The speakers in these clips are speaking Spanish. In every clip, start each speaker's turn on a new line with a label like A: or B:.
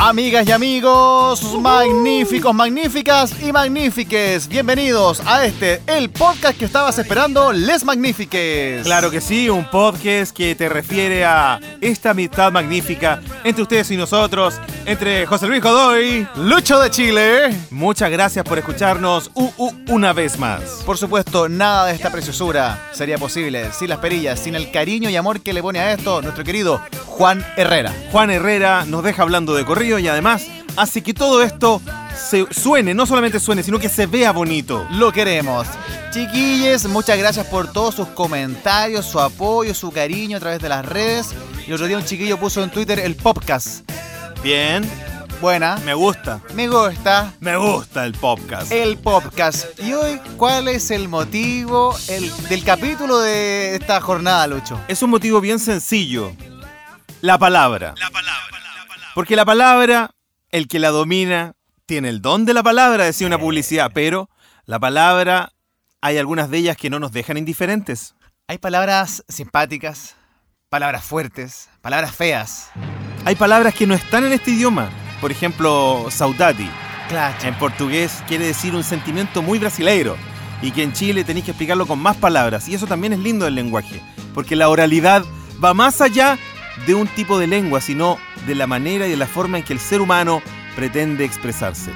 A: Amigas y amigos, magníficos, magníficas y magnífiques, bienvenidos a este, el podcast que estabas esperando, Les Magnifiques.
B: Claro que sí, un podcast que te refiere a esta amistad magnífica entre ustedes y nosotros, entre José Luis Godoy.
A: Lucho de Chile.
B: Muchas gracias por escucharnos u- u- una vez más.
A: Por supuesto, nada de esta preciosura sería posible sin las perillas, sin el cariño y amor que le pone a esto nuestro querido Juan Herrera.
B: Juan Herrera nos deja hablando de corrido y además hace que todo esto se suene, no solamente suene, sino que se vea bonito.
A: Lo queremos. Chiquilles, muchas gracias por todos sus comentarios, su apoyo, su cariño a través de las redes. El otro día un chiquillo puso en Twitter el podcast.
B: Bien,
A: Buena,
B: me gusta.
A: me gusta.
B: Me gusta el podcast.
A: El podcast. Y hoy, ¿cuál es el motivo el- del capítulo de esta jornada, Lucho?
B: Es un motivo bien sencillo. La palabra. Porque la palabra, el que la domina, tiene el don de la palabra, decía una publicidad, pero la palabra, hay algunas de ellas que no nos dejan indiferentes.
A: Hay palabras simpáticas, palabras fuertes, palabras feas.
B: Hay palabras que no están en este idioma. Por ejemplo, saudade.
A: Clash.
B: En portugués quiere decir un sentimiento muy brasileiro. Y que en Chile tenéis que explicarlo con más palabras. Y eso también es lindo del lenguaje. Porque la oralidad va más allá de un tipo de lengua, sino de la manera y de la forma en que el ser humano pretende expresarse.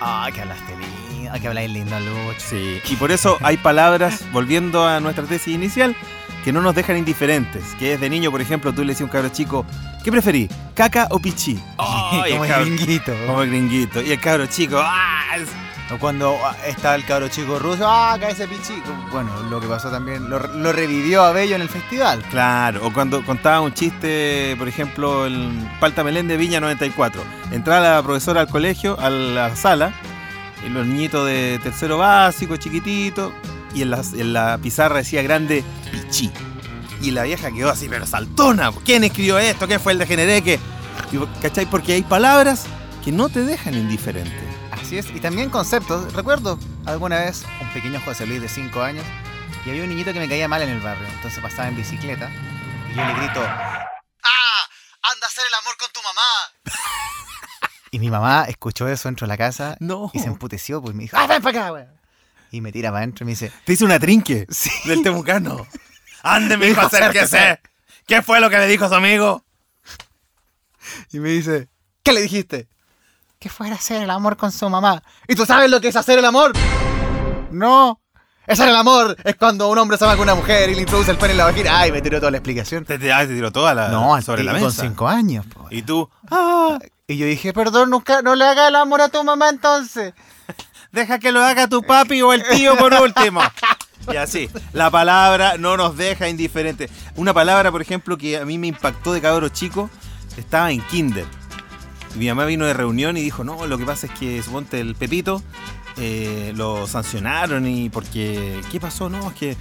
A: Ah, que hablaste lindo, que habláis lindo, Lucho.
B: Sí, y por eso hay palabras, volviendo a nuestra tesis inicial, que no nos dejan indiferentes. Que desde niño, por ejemplo, tú le decías a un cabro chico, ¿qué preferí? ¿Caca o pichí? Y
A: Como
B: el
A: el
B: cabro-
A: gringuito.
B: como el gringuito. Y el cabro chico, ¡ah! es-
A: O cuando ah, estaba el cabro chico ruso, ah, acá ese pichico. Bueno, lo que pasó también, lo, lo revivió a Bello en el festival.
B: Claro, o cuando contaba un chiste, por ejemplo, el Palta Melén de Viña 94. Entraba la profesora al colegio, a la sala, y los niñitos de tercero básico, chiquitito, y en la, en la pizarra decía grande pichí. Y la vieja quedó así, pero saltona. ¿Quién escribió esto? ¿Qué fue el degenereque? Y, ¿Cachai? Porque hay palabras que no te dejan indiferente.
A: Así es, y también conceptos. Recuerdo alguna vez un pequeño José Luis de 5 años y había un niñito que me caía mal en el barrio. Entonces pasaba en bicicleta y yo le grito: ¡Ah! ¡Anda a hacer el amor con tu mamá! y mi mamá escuchó eso dentro de la casa
B: No.
A: y se emputeció, pues me dijo: ¡Ah, ven para acá, weón! Y me tira para adentro y me dice:
B: Te hice una trinque
A: Sí.
B: del temucano. Ande, mi
A: hijo, acérquese.
B: ¿Qué fue lo que le dijo su amigo?
A: Y me dice: ¿Qué le dijiste? Que fuera a hacer el amor con su mamá. ¿Y tú sabes lo que es hacer el amor? No. Es el amor, es cuando un hombre se va con una mujer y le introduce el pene en la vagina. Ay, me tiró toda la explicación.
B: Te, te- ah, te tiró toda la,
A: No, al
B: sobre la
A: tiro,
B: mesa.
A: con cinco años. po.
B: Y tú, ah,
A: Y yo dije, perdón, nunca, no le haga el amor a tu mamá entonces.
B: deja que lo haga tu papi o el tío por último. Y así, la palabra no nos deja indiferentes. Una palabra, por ejemplo, que a mí me impactó de cabro chico, estaba en kinder. Y mi mamá vino de reunión y dijo, no, lo que pasa es que, suponte, el Pepito eh, lo sancionaron y porque, ¿qué pasó? No, es que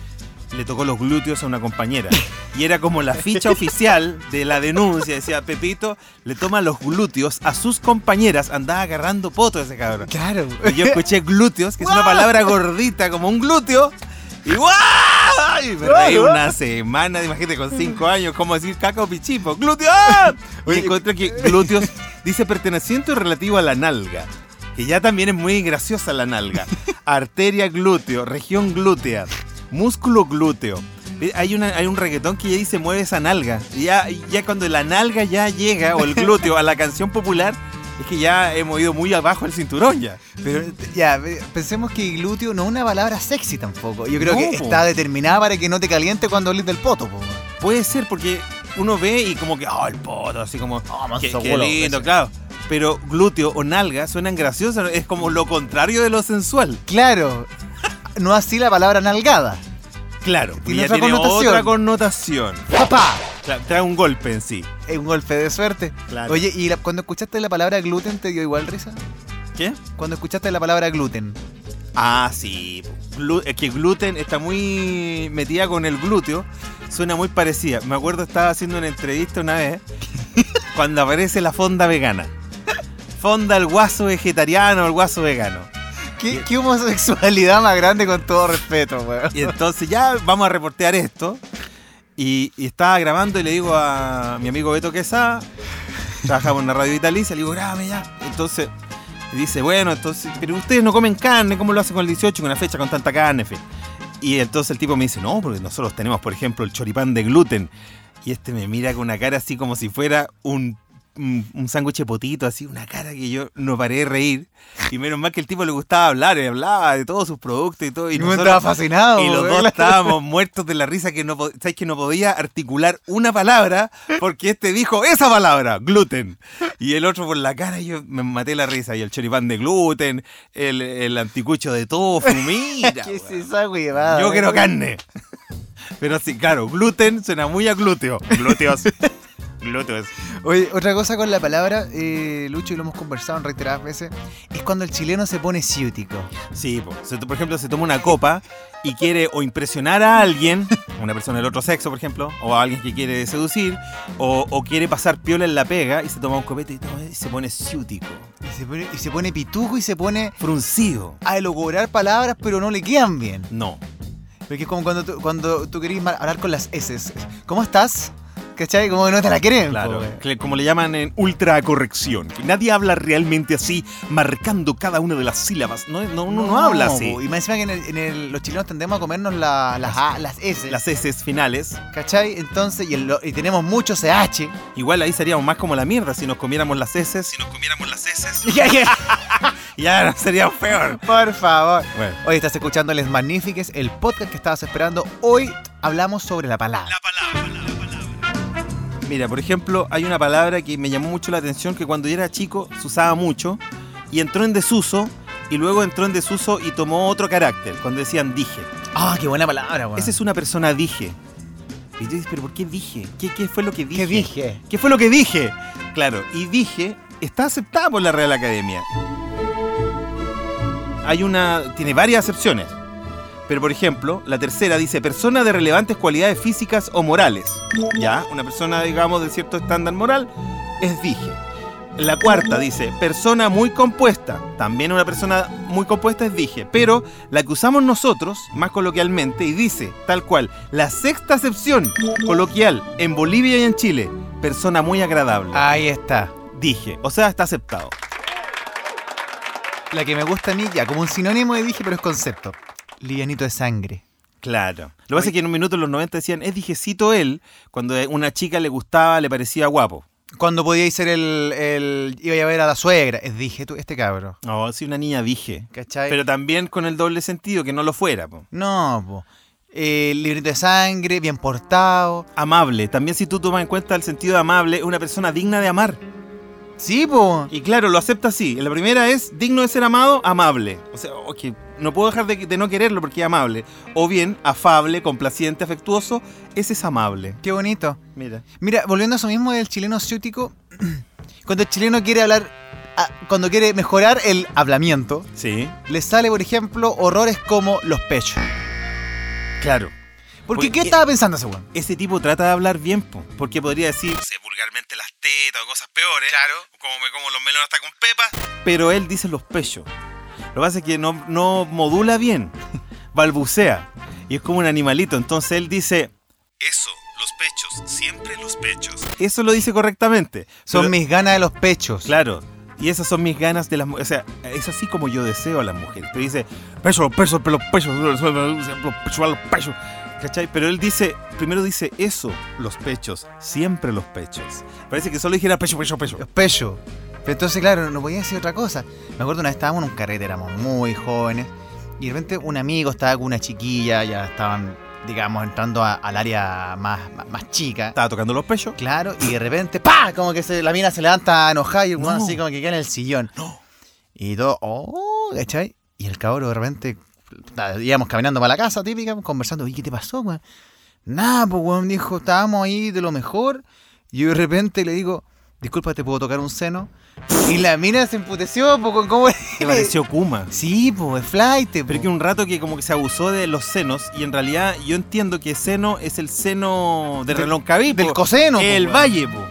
B: le tocó los glúteos a una compañera. Y era como la ficha oficial de la denuncia. Decía, Pepito le toma los glúteos a sus compañeras. Andaba agarrando potos ese cabrón.
A: Claro.
B: Y yo escuché glúteos, que es una palabra gordita, como un glúteo. Y ¡guau! Y me reí una semana, imagínate, con cinco años, ¿cómo decir caca o pichipo? ¡Glúteo! Y encontré que glúteos dice perteneciente o relativo a la nalga. Que ya también es muy graciosa la nalga. Arteria glúteo, región glútea, músculo glúteo. Eh, Hay, una, hay un reggaetón que ya dice mueve esa nalga. Y Ya, ya cuando la nalga ya llega, o el glúteo, a la canción popular, es que ya hemos ido muy abajo el cinturón ya.
A: Pero ya, ve- pensemos que glúteo no es una palabra sexy tampoco. Yo creo
B: No,
A: que
B: po.
A: está determinada para que no te caliente cuando olís del poto, po.
B: Puede ser porque uno ve y como que, oh, el poto, así como,
A: manso
B: qué, qué
A: culo",
B: lindo,
A: ese.
B: claro. Pero glúteo o nalga suenan graciosos, es como lo contrario de lo sensual.
A: Claro. No así la palabra nalgada.
B: Claro, porque
A: Tiene
B: ya
A: otra
B: tiene
A: connotación.
B: otra connotación.
A: ¡Papá!
B: Claro, trae un golpe en sí.
A: Es un golpe de suerte.
B: Claro.
A: Oye, ¿y la- cuando escuchaste la palabra gluten te dio igual risa?
B: ¿Qué?
A: Cuando escuchaste la palabra gluten.
B: Ah, sí. Glu- es que gluten está muy metida con el glúteo. Suena muy parecida. Me acuerdo estaba haciendo una entrevista una vez cuando aparece la fonda vegana. Fonda el guaso vegetariano, el guaso vegano.
A: ¿Qué, qué homosexualidad más grande con todo respeto, weón.
B: Y entonces ya vamos a reportear esto. Y, y estaba grabando y le digo a mi amigo Beto Quesada, trabajaba en una radio vitalicia, le digo, grábame ya. Entonces y dice, bueno, entonces, pero ustedes no comen carne, ¿cómo lo hacen con el 18, con una fecha con tanta carne? fe?". Y entonces el tipo me dice, no, porque nosotros tenemos, por ejemplo, el choripán de gluten. Y este me mira con una cara así como si fuera un, un, un sándwich de potito, así, una cara que yo no paré de reír. Y menos mal que el tipo le gustaba hablar, y hablaba de todos sus productos y todo. Y
A: Y me estaba fascinado. ¿eh?
B: y los
A: weón.
B: dos estábamos muertos de la risa que no, po- ¿sabes? que no podía articular una palabra porque este dijo esa palabra, gluten. Y el otro por la cara, yo me maté la risa. Y el choripán de gluten, el, el anticucho de tofu, mira.
A: ¿Qué es
B: weón.
A: esa huevada?
B: Yo quiero
A: weón?
B: carne. Pero sí, claro, gluten suena muy a glúteo. Glúteos. glúteos.
A: Oye, otra cosa con la palabra, eh, Lucho, y lo hemos conversado en reiteradas veces, es cuando el chileno se pone ciútico.
B: Sí, po. Se to- por ejemplo, se toma una copa y quiere o impresionar a alguien, una persona del otro sexo, por ejemplo, o a alguien que quiere seducir, o, o quiere pasar piola en la pega y se toma un copete y, toma- y se pone ciútico,
A: Y se pone, y se pone pituco y se pone
B: fruncido.
A: a elucubrar palabras, pero no le quedan bien.
B: No.
A: Porque es como cuando tú, cuando tú querís ma- hablar con las S. ¿Cómo estás? ¿Cachai? Como que no te la quieren. po,
B: Claro,
A: weón.
B: cle- como le llaman en ultracorrección. que Nadie habla realmente así, marcando cada una de las sílabas. No, no, uno no, habla así.
A: po, Y más encima que en, el- en el- los chilenos tendemos a comernos la- las A, las S.
B: Las heces finales.
A: ¿Cachai? Entonces, y, el lo- y tenemos mucho CH.
B: Igual ahí seríamos más como la mierda si nos comiéramos las heces. Si nos comiéramos las heces. ya sería peor.
A: Por favor.
B: Bueno.
A: Hoy estás escuchando Les Magnifiques, el podcast que estabas esperando. Hoy hablamos sobre la palabra.
B: Mira, por ejemplo, hay una palabra que me llamó mucho la atención que cuando yo era chico se usaba mucho y entró en desuso y luego entró en desuso y tomó otro carácter, cuando decían dije.
A: Ah, qué buena palabra, weón.
B: Esa es una persona dije. Y tú dices, pero ¿por qué dije? ¿Qué, qué fue lo que dije?
A: ¿Qué dije?
B: ¿Qué fue lo que dije? Claro, y dije, está aceptada por la Real Academia. Hay una. tiene varias acepciones. Pero por ejemplo, la tercera dice persona de relevantes cualidades físicas o morales. Ya, una persona, digamos, de cierto estándar moral, es dije. La cuarta dice persona muy compuesta. También una persona muy compuesta es dije. Pero la que usamos nosotros, más coloquialmente, y dice, tal cual, la sexta acepción coloquial en Bolivia y en Chile, persona muy agradable.
A: Ahí está.
B: Dije, o sea, está aceptado.
A: La que me gusta a mí, ya, como un sinónimo de dije, pero es concepto. Livianito de sangre.
B: Claro. Lo que pasa es que en un minuto en los 90 decían, es dijecito él, cuando a una chica le gustaba, le parecía guapo.
A: Cuando podíais ser el, el. iba a ver a la suegra. Es dije tú, este cabro.
B: No, sí, una niña dije.
A: ¿Cachai?
B: Pero también con el doble sentido, que no lo fuera. po.
A: No, po. Eh, librito de sangre, bien portado.
B: Amable. También si tú tomas en cuenta el sentido de amable, es una persona digna de amar.
A: Sí, po.
B: Y claro, lo acepta así. La primera es digno de ser amado, amable. O sea, ok, no puedo dejar de, de no quererlo porque es amable. O bien, afable, complaciente, afectuoso, ese es amable.
A: Qué bonito.
B: Mira.
A: Mira, volviendo a eso mismo del chileno ciútico. Cuando el chileno quiere hablar. ah, Cuando quiere mejorar el hablamiento,
B: Sí.
A: le sale, por ejemplo, horrores como los pechos.
B: Claro.
A: Porque,
B: Porque-
A: ¿qué estaba pensando ese weón?
B: ese tipo trata de hablar bien, po, porque podría decir no sé, vulgarmente las tetas o cosas peores. Claro. Como me como los melones hasta con pepas. Pero él dice los pechos. Lo que pasa es que no, no modula bien, balbucea. Y es como un animalito. Entonces él dice. Eso, los pechos, siempre los pechos. Eso lo dice correctamente.
A: Son
B: pero-
A: mis ganas de los pechos.
B: Claro. Y esas son mis ganas de las mujeres. O sea, es así como yo deseo a las mujeres. Te dice, pecho, pecho, pelo, pecho, los pecho, pecho. ¿Cachai? Pero él dice, primero dice eso, los pechos, siempre los pechos. Parece que solo dijera pecho, pecho, pecho.
A: Los pechos. Pero entonces, claro, no podía decir otra cosa. Me acuerdo una vez estábamos en un carrete, éramos muy jóvenes. Y de repente un amigo estaba con una chiquilla, ya estaban, digamos, entrando a- al área más, más, más chica.
B: Estaba tocando los pechos.
A: Claro, y de repente, ¡pa! Como que se- la mina se levanta enojada y el weón
B: No.
A: así como que queda en el sillón.
B: No.
A: Y todo, ¡oh! ¿Cachai? Y el cabro de repente, ta, íbamos caminando para la casa, típica, conversando, ¿y qué te pasó, weón? Nada, pues weón, dijo, estábamos ahí de lo mejor. Y yo de repente le digo, disculpa, ¿te puedo tocar un seno? Y la mina se emputeció, pues, con cómo...
B: Te pareció Kuma.
A: Sí, pues, es flight,
B: Pero que un rato que como que se abusó de los senos y en realidad yo entiendo que seno es el seno de
A: Del-
B: Reloncaví.
A: del
B: po.
A: coseno, po,
B: El
A: weón.
B: valle, po.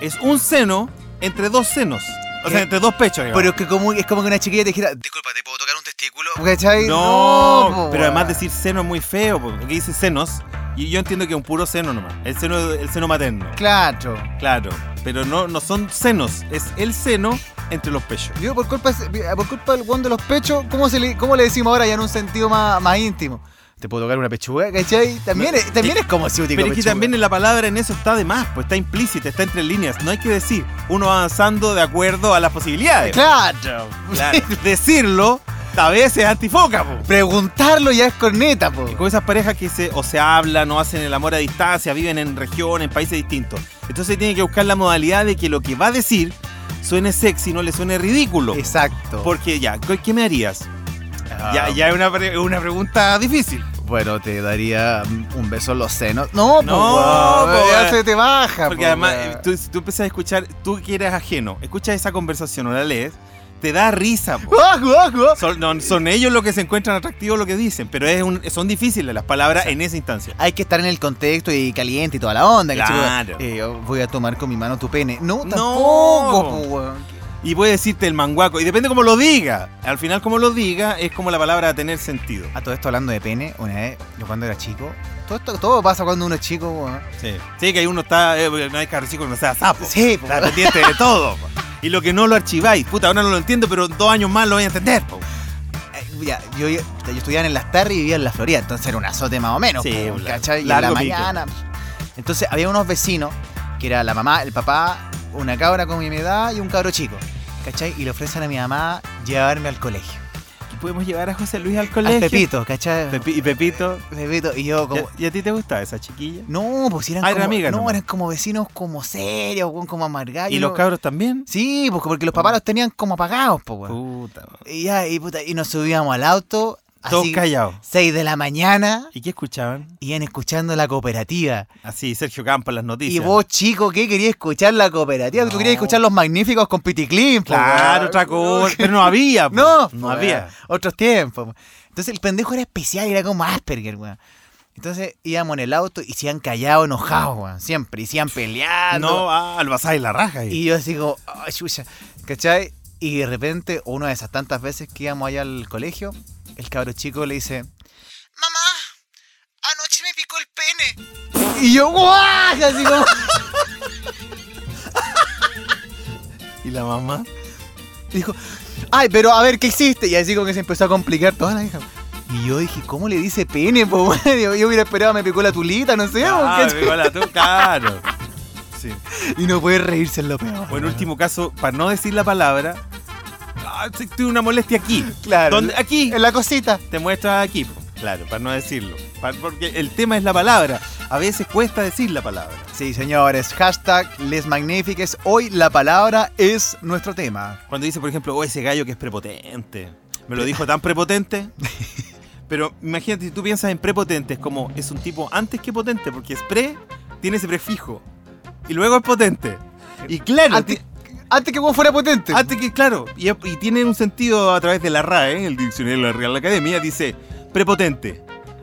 B: Es un seno entre dos senos. O
A: Eh,
B: sea, entre dos pechos. digamos.
A: Pero es que como, es como que una chiquilla te dijera, disculpa, ¿te puedo tocar un
C: testículo.
A: ¿Cachai?
B: No,
A: po,
B: pero además
A: weón.
B: decir seno es muy feo, po, porque dice senos, y yo entiendo que es un puro seno nomás, el seno, el seno materno,
A: Claro.
B: claro, pero no, no son senos, es el seno entre los pechos.
A: Yo por culpa, por culpa del guón de los pechos, ¿cómo, se le, ¿cómo le decimos ahora ya en un sentido más, más íntimo? Te puedo tocar una pechuga, ¿cachai? También,
B: No,
A: es, también es como si yo digo
B: Pero es que
A: pechuga.
B: también en la palabra en eso está de más, pues está implícita, está entre líneas, no hay que decir, uno va avanzando de acuerdo a las posibilidades.
A: Claro.
B: Claro. Decirlo a veces es antifoca, po.
A: Preguntarlo ya es corneta, po.
B: Con esas parejas que se, o se hablan, o hacen el amor a distancia, viven en regiones, en países distintos. Entonces tiene que buscar la modalidad de que lo que va a decir suene sexy, no le suene ridículo.
A: Exacto.
B: Porque ya, ¿qué qué me harías?
A: Ah,
B: Ya, ya es una, pre- una pregunta difícil.
A: Bueno, te daría mm, un beso en los senos. No,
B: No,
A: po, weón,
B: po,
A: ya
B: weón.
A: se te baja,
B: Porque
A: po,
B: además,
A: weón.
B: eh, tú, si tú empiezas a escuchar, tú que eres ajeno, escuchas esa conversación o la lees, te da risa. po.
A: Ah, ah, ah.
B: Son, no, son ellos los que se encuentran atractivos lo que dicen, pero es un- son difíciles las palabras en esa instancia.
A: Hay que estar en el contexto y caliente y toda la onda. ¿cachai?
B: Claro.
A: Eh, yo voy a tomar con mi mano tu pene. No, tampoco, po, weón.
B: Y puede decirte el manguaco. Y depende cómo lo diga. Al final, como lo diga, es como la palabra a tener sentido.
A: A todo esto hablando de pene, una vez, yo cuando era chico, todo esto, todo pasa cuando uno es chico, weón.
B: Sí. que ahí uno está. eh, porque no hay carro chico que no sea sapo.
A: Sí, po,
B: Está pendiente de todo. po. Y lo que no lo archiváis. Puta, ahora no lo entiendo, pero en dos años más lo voy a entender. po.
A: eh, ya, yo, yo estudiaba en las tardes y vivía en la Florida, entonces era un azote más o menos,
B: Sí,
A: po,
B: un
A: ¿cachai? Y en la
B: largo pique.
A: mañana. Entonces había unos vecinos, que era la mamá, el papá, una cabra con mi edad y un cabro chico, ¿cachai? Y le ofrecen a mi mamá llevarme al colegio.
B: ¿Y podemos llevar a José Luis al
A: Al
B: colegio?
A: Pepito, ¿cachai?
B: Pepi- y Pepito.
A: Pepito, y yo como...
B: ¿Y a- ¿Y a ti te gusta esa chiquilla?
A: No, pues eran
B: Ah,
A: como,
B: eran amigas
A: no,
B: nomás.
A: eran como vecinos como serios, weón, como amargados.
B: ¿Y los
A: Yo-
B: cabros también?
A: Sí, pues porque los papás los tenían como apagados, pues, weón.
B: Puta.
A: Y ya, y puta, y nos subíamos al auto,
B: Todos
A: así,
B: callados.
A: 6 de la mañana,
B: ¿Y qué escuchaban?
A: iban escuchando la cooperativa.
B: Así, Sergio Campos, las noticias.
A: Y vos, chico, ¿qué querías escuchar la cooperativa? Tú
B: No.
A: querías escuchar los magníficos con Piticlin, po,
B: Claro,
A: weón.
B: otra cosa. Pero no había. po.
A: No,
B: no
A: po,
B: había.
A: weón. Otros tiempos. po. Entonces el pendejo era especial, era como Asperger, weón. Entonces íbamos en el auto y se han callado enojados, weón. Siempre, y se han peleado.
B: No, ah, lo pasás en la raja. ahí.
A: Y yo así como, ay, chucha, ¿cachai? Y de repente, una de esas tantas veces que íbamos allá al colegio, el cabro chico le dice, Mamá, anoche me picó el pene. Y yo, guau, así como,
B: ¿Y la mamá?
A: dijo, ay, pero a ver, ¿qué hiciste? Y así como que se empezó a complicar toda la hija. Y yo dije, ¿cómo le dice pene, po, weón? Digo, Yo hubiera esperado, me picó la tulita, no sé,
B: Ah,
A: ¿cachai?
B: igual a tú, claro. Sí.
A: Y no puede reírse en lo peor.
B: O en último caso, para no decir la palabra, ah, sí, tuve una molestia aquí.
A: Claro.
B: ¿Dónde? Aquí.
A: En la cosita.
B: Te muestras aquí. po. Claro, para no decirlo. Pa- porque el tema es la palabra. A veces cuesta decir la palabra.
A: Sí, señores, hashtag Les Magnifiques. Hoy la palabra es nuestro tema.
B: Cuando dice, por ejemplo, oh, ese gallo que es prepotente. Me lo dijo tan prepotente. Pero imagínate, si tú piensas en prepotente, es como, es un tipo antes que potente, porque es pre, tiene ese prefijo. Y luego es potente. Y claro,
A: antes,
B: ti-
A: antes que vos fuera potente.
B: antes Ah, que, claro, y, y tiene un sentido a través de la RAE, el diccionario de la Real Academia, dice, prepotente,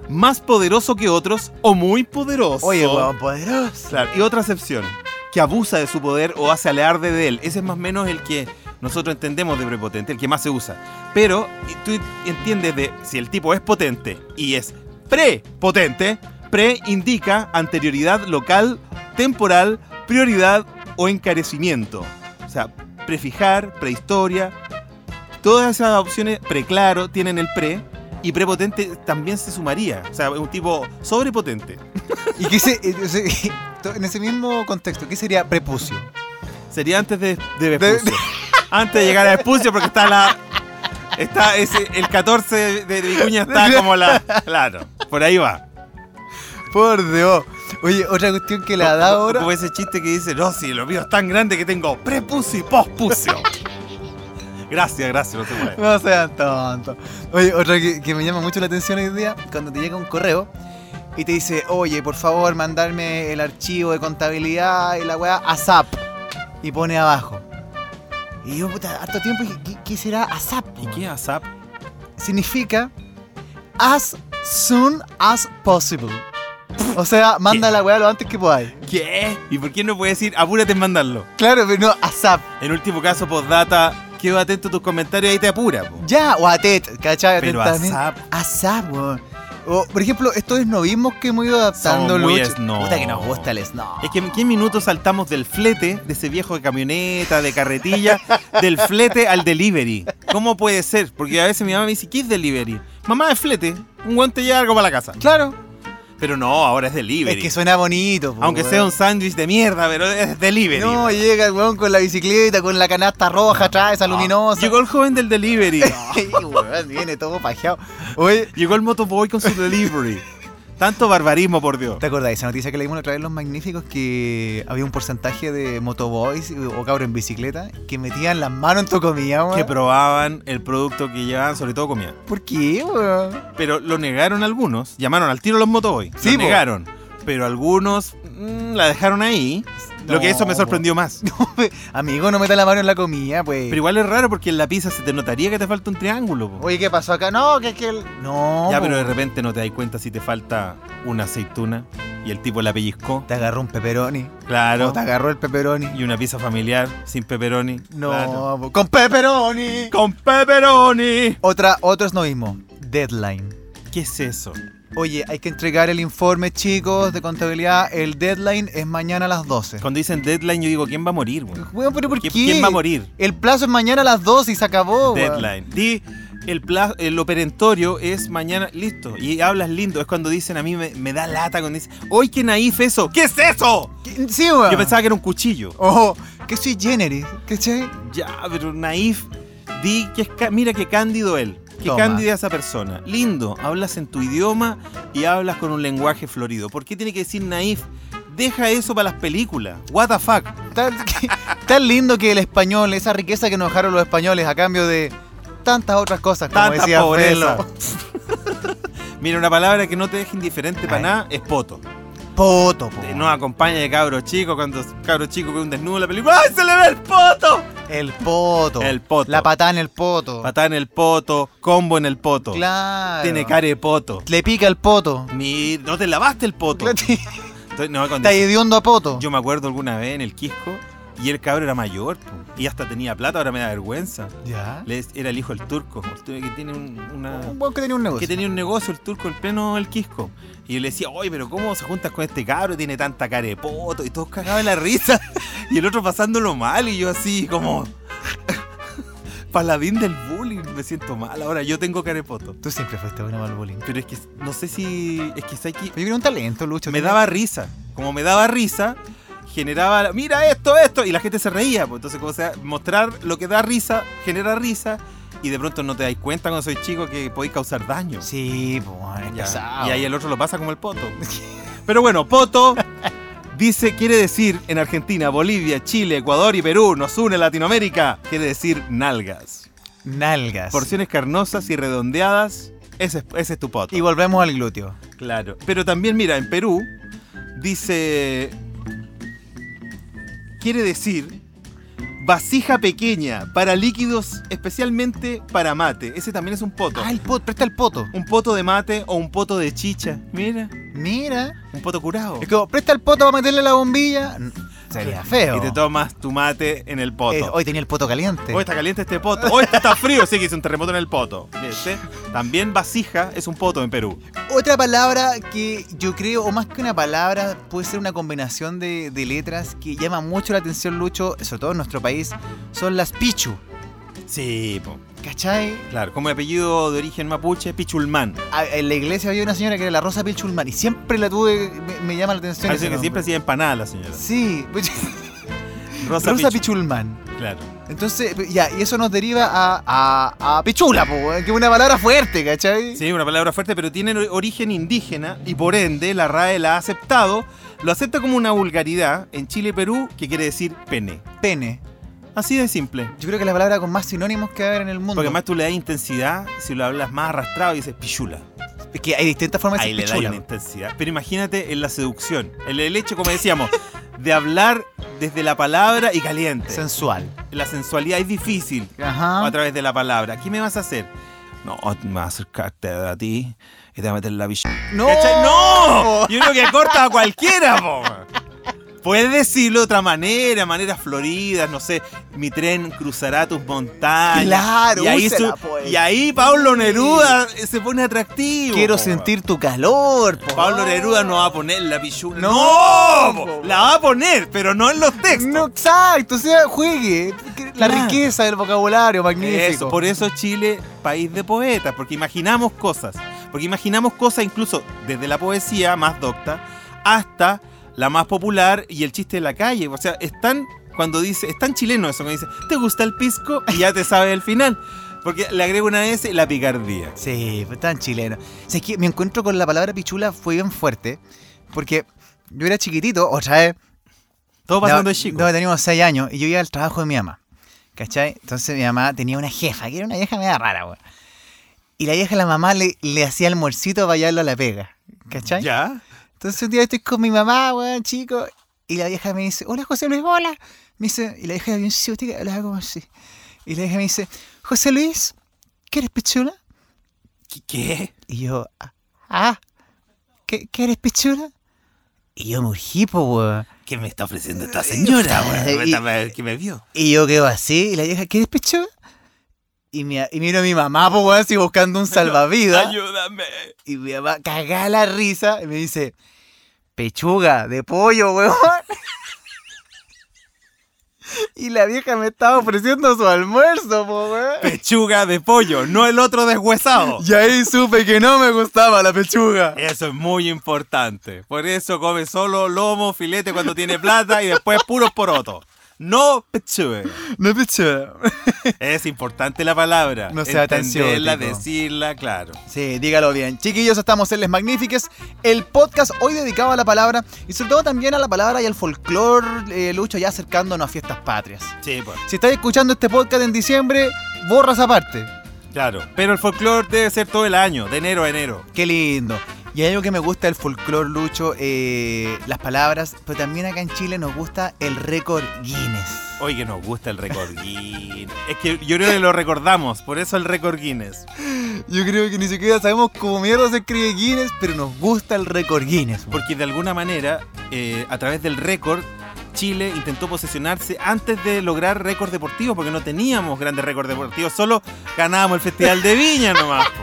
B: más poderoso que otros o muy poderoso.
A: Oye, weón, poderoso.
B: Claro, y otra acepción, que abusa de su poder o hace alarde de él. Ese es más o menos el que nosotros entendemos de prepotente, el que más se usa. Pero y tú entiendes de si el tipo es potente y es prepotente, pre indica anterioridad local, temporal, prioridad o encarecimiento. O sea, prefijar, prehistoria, todas esas opciones, preclaro, tienen el pre. Y prepotente también se sumaría. O sea, es un tipo sobrepotente.
A: ¿Y qué se, eh, se- en ese mismo contexto, qué sería prepucio?
B: Sería antes de, de
A: De-
B: Vespucio. Antes de llegar a Vespucio, porque está la. Está ese, el 14 de Vicuña está como la. Claro, por ahí va.
A: Por Dios. Oye, otra cuestión que la da
B: Como-
A: ahora.
B: Como ese chiste que dice: No, si lo mío es tan grande que tengo prepucio y pospucio. Gracias, gracias, no se puede.
A: No sean tontos. Oye, otra que, que me llama mucho la atención hoy día, cuando te llega un correo y te dice, oye, por favor, mandarme el archivo de contabilidad y la weá a SAP. Y pone abajo. Y yo, puta, harto tiempo, dije, ¿qué, qué será ASAP?
B: ¿Y qué ASAP?
A: significa as soon as possible. O sea, manda la weá lo antes que podáis.
B: ¿Qué? ¿Y por qué no puede decir apúrate en mandarlo?
A: Claro, pero no, ASAP.
B: En último caso, postdata, quedo atento a tus comentarios y ahí te apura. po.
A: Ya, o a TED, ¿cachai?
B: Pero
A: Atentamente.
B: a Zap.
A: A Zap, weón. O, por ejemplo, estos esnovismos que hemos ido adaptando,
B: Somos muy
A: Lucho.
B: snob.
A: Puta que nos gusta el snob.
B: Es que en qué minutos saltamos del flete, de ese viejo de camioneta, de carretilla, del flete al delivery. ¿Cómo puede ser? Porque a veces mi mamá me dice, ¿qué es delivery? Mamá, es flete. Un guante lleva algo para la casa.
A: Claro.
B: Pero no, ahora es delivery.
A: Es que suena bonito, po,
B: Aunque
A: weón.
B: sea un sándwich de mierda, pero es delivery.
A: No, llega el weón con la bicicleta, con la canasta roja atrás, esa luminosa.
B: Ah, Llegó el joven del delivery.
A: Sí, weón, viene todo pajeado. Oye,
B: Llegó el motoboy con su delivery. Tanto barbarismo, por Dios.
A: ¿Te acordás de esa noticia que leímos la otra vez en Los Magníficos? Que había un porcentaje de motoboys o cabros en bicicleta que metían las manos en tu comida, weón.
B: Que probaban el producto que llevaban, sobre todo comida.
A: ¿Por qué, weón?
B: Pero lo negaron algunos. Llamaron al tiro a los motoboy.
A: Sí,
B: lo
A: po.
B: negaron. Pero algunos mm, la dejaron ahí. lo que eso me
A: No,
B: sorprendió más.
A: Amigo, no meta la mano en la comida, pues.
B: Pero igual es raro porque en la pizza se te notaría que te falta un triángulo. po.
A: Oye, ¿qué pasó acá? No, que es que el... No,
B: ya,
A: po.
B: pero de repente no te das cuenta si te falta una aceituna y el tipo la pellizcó.
A: Te agarró un pepperoni.
B: Claro.
A: No, te agarró el pepperoni.
B: Y una pizza familiar sin pepperoni.
A: No,
B: Claro.
A: po. con pepperoni.
B: Ah, Con pepperoni.
A: Otra, otro esnovismo. Deadline.
B: ¿Qué es eso?
A: Oye, hay que entregar el informe, chicos, de contabilidad. El deadline es mañana a las 12.
B: Cuando dicen deadline, yo digo, ¿quién va a morir? weón?
A: Weón, pero ¿por qué?
B: ¿Qui- ¿Quién va a morir?
A: El plazo es mañana a las 12 y se acabó. weón.
B: Deadline. Di, el, pla- el operentorio es mañana, listo. Y hablas lindo. Es cuando dicen a mí, me, me da lata cuando dicen, ¡Oy, qué naif eso! ¿Qué es eso?
A: ¿Qué- Sí, weón.
B: Yo pensaba que era un cuchillo.
A: Ojo, que soy generis, ¿cachai?
B: Ya, pero naif. Di, que es ca- mira qué cándido él. Qué
A: Toma.
B: cándida esa persona. Lindo. Hablas en tu idioma y hablas con un lenguaje florido. ¿Por qué tiene que decir naif? Deja eso para las películas. What the fuck.
A: Tan, que- tan lindo que el español, esa riqueza que nos dejaron los españoles a cambio de tantas otras cosas, como
B: Tanta
A: decía
B: pobreza.
A: Felo.
B: Mira, una palabra que no te deja indiferente para
A: Ay.
B: nada es poto.
A: Poto, po.
B: Te- Nos acompaña de cabro chico cuando cabro chico con un desnudo en la película. ¡Ay, se le ve el poto!
A: El poto.
B: El poto.
A: La patada en el poto.
B: Patada en el poto, combo en el poto.
A: Claro.
B: Tiene cara de poto.
A: Le pica el poto.
B: Mi- no te lavaste el poto.
A: Claro, te-
B: Entonces, no, cuando-
A: Está hediondo a poto.
B: yo me acuerdo alguna vez en el Quisco y el cabro era mayor po, y hasta tenía plata, ahora me da vergüenza.
A: Ya.
B: Le- Era el hijo del turco, el turco que tiene un- una,
A: Un weón que tenía un
B: que
A: negocio.
B: tenía un negocio el turco en pleno el Quisco. Y yo le decía, oye, pero ¿cómo se juntas con este cabro? Tiene tanta cara de poto. Y todos cagaban la risa. Y el otro pasándolo mal. Y yo así, como. Paladín del bullying. Me siento mal. Ahora yo tengo cara de poto.
A: Tú siempre fuiste bueno para el bullying.
B: Pero es que no sé si. Es que sé
A: Yo
B: que.
A: creo que era un talento, Lucho.
B: Me
A: tenía-
B: daba risa. Como me daba risa, generaba. Mira esto, esto. Y la gente se reía. pues. Entonces, como sea, mostrar lo que da risa, genera risa. Y de pronto no te dais cuenta cuando sois chico que podéis causar daño.
A: Sí, pues, bueno, es
B: Ya,
A: pesado.
B: Y ahí el otro lo pasa como el poto. Pero bueno, poto dice, quiere decir en Argentina, Bolivia, Chile, Ecuador y Perú, nos une Latinoamérica, quiere decir nalgas.
A: Nalgas.
B: Porciones carnosas y redondeadas, ese, es- ese es tu poto.
A: Y volvemos al glúteo.
B: claro. Pero también, mira, en Perú dice, quiere decir vasija pequeña para líquidos, especialmente para mate. Ese también es un poto.
A: Ah, el poto, presta el poto.
B: Un poto de mate o un poto de chicha. Mira.
A: Mira.
B: Un poto curado.
A: Es como, presta el poto para meterle la bombilla. N- Sería feo.
B: Y te tomas tu mate en el poto.
A: Eh, hoy tenía el poto caliente.
B: Hoy está caliente este poto. Hoy está frío, sí que hizo un terremoto en el poto. ¿Viste? También vasija es un poto en Perú.
A: Otra palabra que yo creo, o más que una palabra, puede ser una combinación de, de letras que llama mucho la atención, Lucho, sobre todo en nuestro país, son las pichu.
B: Sí, po.
A: ¿Cachai?
B: claro. Como apellido de origen mapuche, Pichulmán.
A: A- en la iglesia había una señora que era la Rosa Pichulman y siempre la tuve, me, me llama la atención.
B: Parece
A: ese
B: que siempre
A: nombre.
B: hacía empanada la señora.
A: Sí, pues,
B: Rosa,
A: Rosa
B: Pichu-
A: Pichulman.
B: Claro.
A: Entonces, pe- ya, y eso nos deriva a, a, a pichula, po, weón, que es una palabra fuerte, ¿cachai?
B: Sí, una palabra fuerte, pero tiene or- origen indígena y por ende la RAE la ha aceptado. Lo acepta como una vulgaridad en Chile y Perú que quiere decir pene.
A: Pene.
B: Así de simple.
A: Yo creo que es la palabra con más sinónimos que va a haber en el mundo.
B: Porque además tú le das intensidad, si lo hablas más arrastrado y dices pichula.
A: Es que hay distintas formas de
B: Ahí le
A: decir
B: da
A: pichula.
B: una intensidad. Pero imagínate en la seducción, en el hecho, como decíamos, de hablar desde la palabra y
A: po.
B: caliente.
A: Sensual.
B: La sensualidad es difícil
A: Ajá.
B: a través de la palabra. ¿Qué me vas a hacer? No, oh, me vas a acercarte a ti y te vas a meter la pichula.
A: ¡No!
B: ¿Cachai? ¡No! Yo creo que corta a cualquiera, po. Puedes decirlo de otra manera, maneras floridas, no sé, mi tren cruzará tus montañas.
A: Claro,
B: y ahí,
A: úsela,
B: su-
A: pues.
B: y ahí Pablo
A: Sí.
B: Neruda se pone atractivo.
A: Quiero
B: po,
A: sentir tu calor, po.
B: weón. Pablo Neruda no va a poner la pichula.
A: Oh. No,
B: po,
A: po,
B: la va a poner, pero no en los textos.
A: No, exacto, o sea, juegue. La
B: Claro.
A: riqueza del vocabulario, magnífico.
B: Eso, por eso Chile, país de poetas, porque imaginamos cosas. Porque imaginamos cosas incluso desde la poesía más docta hasta la más popular y el chiste de la calle. O sea, es tan, cuando dice, es tan chileno eso, me dice, ¿te gusta el pisco? Y ya te sabes el final. Porque le agrego una S, la picardía.
A: Sí, fue tan chileno. O sea, es que mi encuentro con la palabra pichula fue bien fuerte, porque yo era chiquitito, otra vez.
B: Todo pasando
A: daba-
B: de chico.
A: daba- teníamos 6 años y yo iba al trabajo de mi mamá. ¿Cachai? Entonces mi mamá tenía una jefa, que era una vieja media rara, weón. Y la vieja, la mamá, le, le hacía almuercito para llevarlo a la pega. ¿Cachai?
B: ¿Ya?
A: Entonces un día estoy con mi mamá, weón, chico, y la vieja me dice, hola José Luis, hola. Me dice, y la vieja bien ciútica, hablaba como así. Y la vieja me dice, José Luis, ¿quieres pichula?
B: ¿Qué- ¿Qué?
A: Y yo, ah, ah, ¿qué, qué eres pichula? Y yo me urgí, po, weón.
B: ¿Qué me está ofreciendo esta señora?
A: Eh, Y-
B: güey? ¿Qué me vio?
A: Y yo quedo así, y la vieja, ¿qué eres pichula? Y, mi, y miro a mi mamá, po, weón, así buscando un salvavidas.
B: Ayúdame.
A: Y mi mamá cagá la risa y me dice, pechuga de pollo, weón. Y la vieja me estaba ofreciendo su almuerzo, po, weón.
B: Pechuga de pollo, no el otro deshuesado.
A: Y ahí supe que no me gustaba la pechuga.
B: Eso es muy importante. Por eso come solo lomo, filete cuando tiene plata y después puros porotos. No pechuga.
A: No pechuga.
B: Es importante la palabra.
A: No sea tan
B: Entenderla,
A: ciútico.
B: decirla, claro.
A: Sí, dígalo bien. Chiquillos, estamos en Les Magnifiques, el podcast hoy dedicado a la palabra y sobre todo también a la palabra y al folclore, eh, Lucho, ya acercándonos a fiestas patrias.
B: Sí, pues,
A: Si estáis escuchando este podcast en diciembre, borras aparte.
B: claro. Pero el folclore debe ser todo el año, de enero a enero.
A: Qué lindo. Y hay algo que me gusta del folclore, Lucho, eh, las palabras, pero también acá en Chile nos gusta el récord Guinness.
B: Oye, que nos gusta el récord Guinness. Es que yo creo que lo recordamos, por eso el récord Guinness.
A: Yo creo que ni siquiera sabemos cómo mierda se escribe Guinness, pero nos gusta el récord Guinness. weón.
B: Porque de alguna manera, eh, a través del récord, Chile intentó posesionarse antes de lograr récord deportivo, porque no teníamos grandes récords deportivos, solo ganábamos el Festival de Viña nomás. po.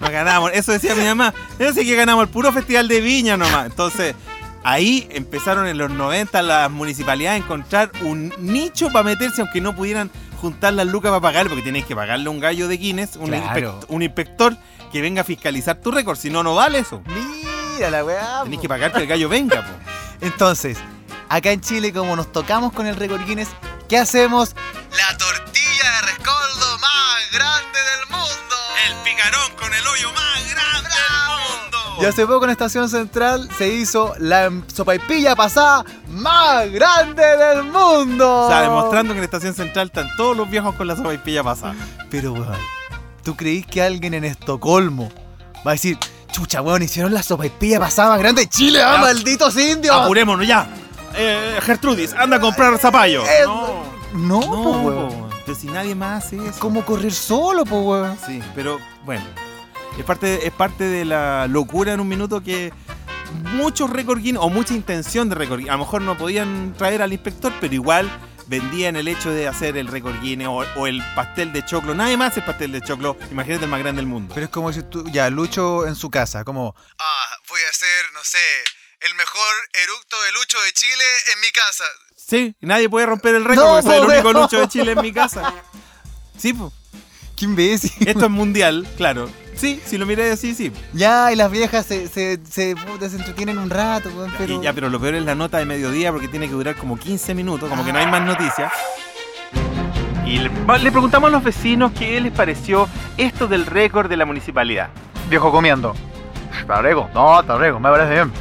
B: No ganábamos, eso decía mi mamá, yo sé que ganamos el puro Festival de Viña nomás. Entonces, ahí empezaron en los 90 las municipalidades a encontrar un nicho para meterse, aunque no pudieran juntar las lucas para pagarle, porque tenéis que pagarle a un gallo de Guinness, un,
A: Claro.
B: inspect- un inspector que venga a fiscalizar tu récord, si no, no vale eso.
A: Mira la weá.
B: Tenés
A: po.
B: que pagar que el gallo venga, po.
A: Entonces, acá en Chile, como nos tocamos con el récord Guinness, ¿qué hacemos? La tortilla de rescoldo más grande del mundo.
B: picarón con el hoyo más grande del
A: Y hace poco en Estación Central se hizo la sopaipilla pasada más grande del mundo.
B: O sea, demostrando que en Estación Central están todos los viejos con la sopaipilla pasada.
A: Pero, weón, ¿tú creís que alguien en Estocolmo va a decir, chucha, weón, hicieron la sopaipilla pasada más grande de Chile, ah,
B: Ya.
A: malditos indios?
B: ¡Apurémonos ya! Eh, Gertrudis, anda a comprar zapallo.
A: Eh,
B: no,
A: No,
B: no,
A: po, weón.
B: po. Pero si nadie más hace eso.
A: ¿Cómo correr solo, po, weón?
B: Sí, pero bueno. Es parte, es parte de la locura en un minuto que muchos récord Guinness, o mucha intención de récord Guinness, a lo mejor no podían traer al inspector, pero igual vendían el hecho de hacer el récord Guinness o, o el pastel de choclo. Nadie más hace el pastel de choclo, imagínate el más grande del mundo.
A: Pero es como si tú, ya, Lucho en su casa, como... Ah, voy a hacer, no sé, el mejor eructo de Lucho de Chile en mi casa.
B: Sí, nadie puede romper el récord
A: No,
B: porque soy el
A: po,
B: único
A: weón.
B: lucho de Chile en mi casa. Sí, po.
A: Qué imbécil.
B: esto es mundial, claro. Sí, si lo miré así, sí.
A: Ya, y las viejas se, se, se, puta, se entretienen un rato, weón, pero...
B: Y ya, pero lo peor es la nota de mediodía porque tiene que durar como 15 minutos, como que no hay más noticias. Y le, le preguntamos a los vecinos qué les pareció esto del récord de la municipalidad.
A: Viejo comiendo. Está rico. No, está rico. Me parece bien.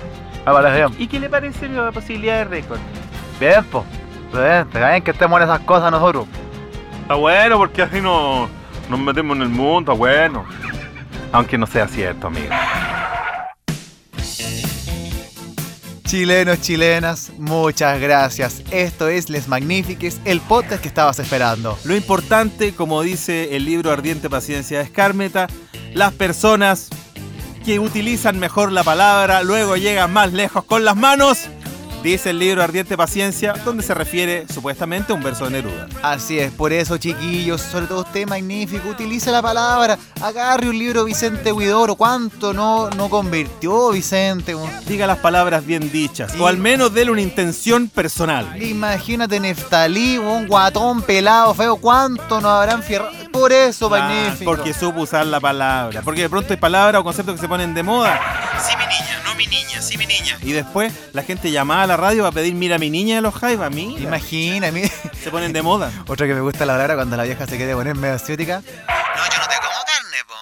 A: Me parece bien.
B: ¿Y qué le parece la posibilidad de récord?
A: Bien, po. Bien, está bien que estemos en esas cosas nosotros.
B: Está bueno porque así no, nos metemos en el mundo, está bueno. Aunque no sea cierto, amigo.
A: Chilenos, chilenas, muchas gracias. Esto es Les Magnifiques, el podcast que estabas esperando.
B: Lo importante, como dice el libro Ardiente Paciencia de Escármeta, las personas que utilizan mejor la palabra luego llegan más lejos con las manos. Dice el libro Ardiente Paciencia, donde se refiere supuestamente a un verso de Neruda.
A: Así es, por eso, chiquillos, sobre todo usted, magnífico, utilice la palabra. Agarre un libro Vicente Huidoro. ¿Cuánto no, no convirtió Vicente?
B: Diga las palabras bien dichas, o al menos déle una intención personal.
A: Imagínate Neftalí, un guatón pelado, feo. ¿Cuánto nos habrán fierrado? Por eso,
B: Ah,
A: magnífico.
B: porque supo usar la palabra. Porque de pronto hay palabras o conceptos que se ponen de moda.
C: Sí, mi niña, no mi niña, sí, mi niña.
B: Y después la gente llamaba a la radio a pedir, mira mi niña de los Jaivas, mira.
A: Imagina, mira.
B: Se ponen de moda.
A: Otra que me gusta la palabra cuando la vieja se quiere poner medio asiática.
C: No, yo no te como carne, po.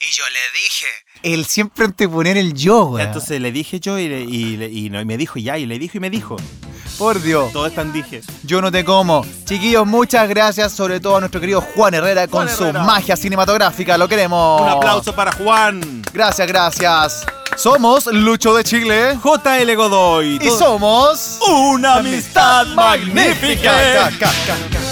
C: Y yo le dije.
A: El siempre anteponer el yo, güey.
B: Entonces le dije yo y, le- y le- y no, y me dijo ya, y le dijo y me dijo.
A: Por Dios,
B: Todo están dije.
A: yo no te como. Chiquillos, muchas gracias, sobre todo a nuestro querido Juan Herrera con
B: Juan
A: su
B: Herrera.
A: magia cinematográfica. Lo queremos.
B: Un aplauso para Juan.
A: Gracias, gracias. Somos Lucho de Chile
B: JL Godoy.
A: y somos
B: una amistad
A: Ca,
B: magnífica.
A: ca, ca, ca.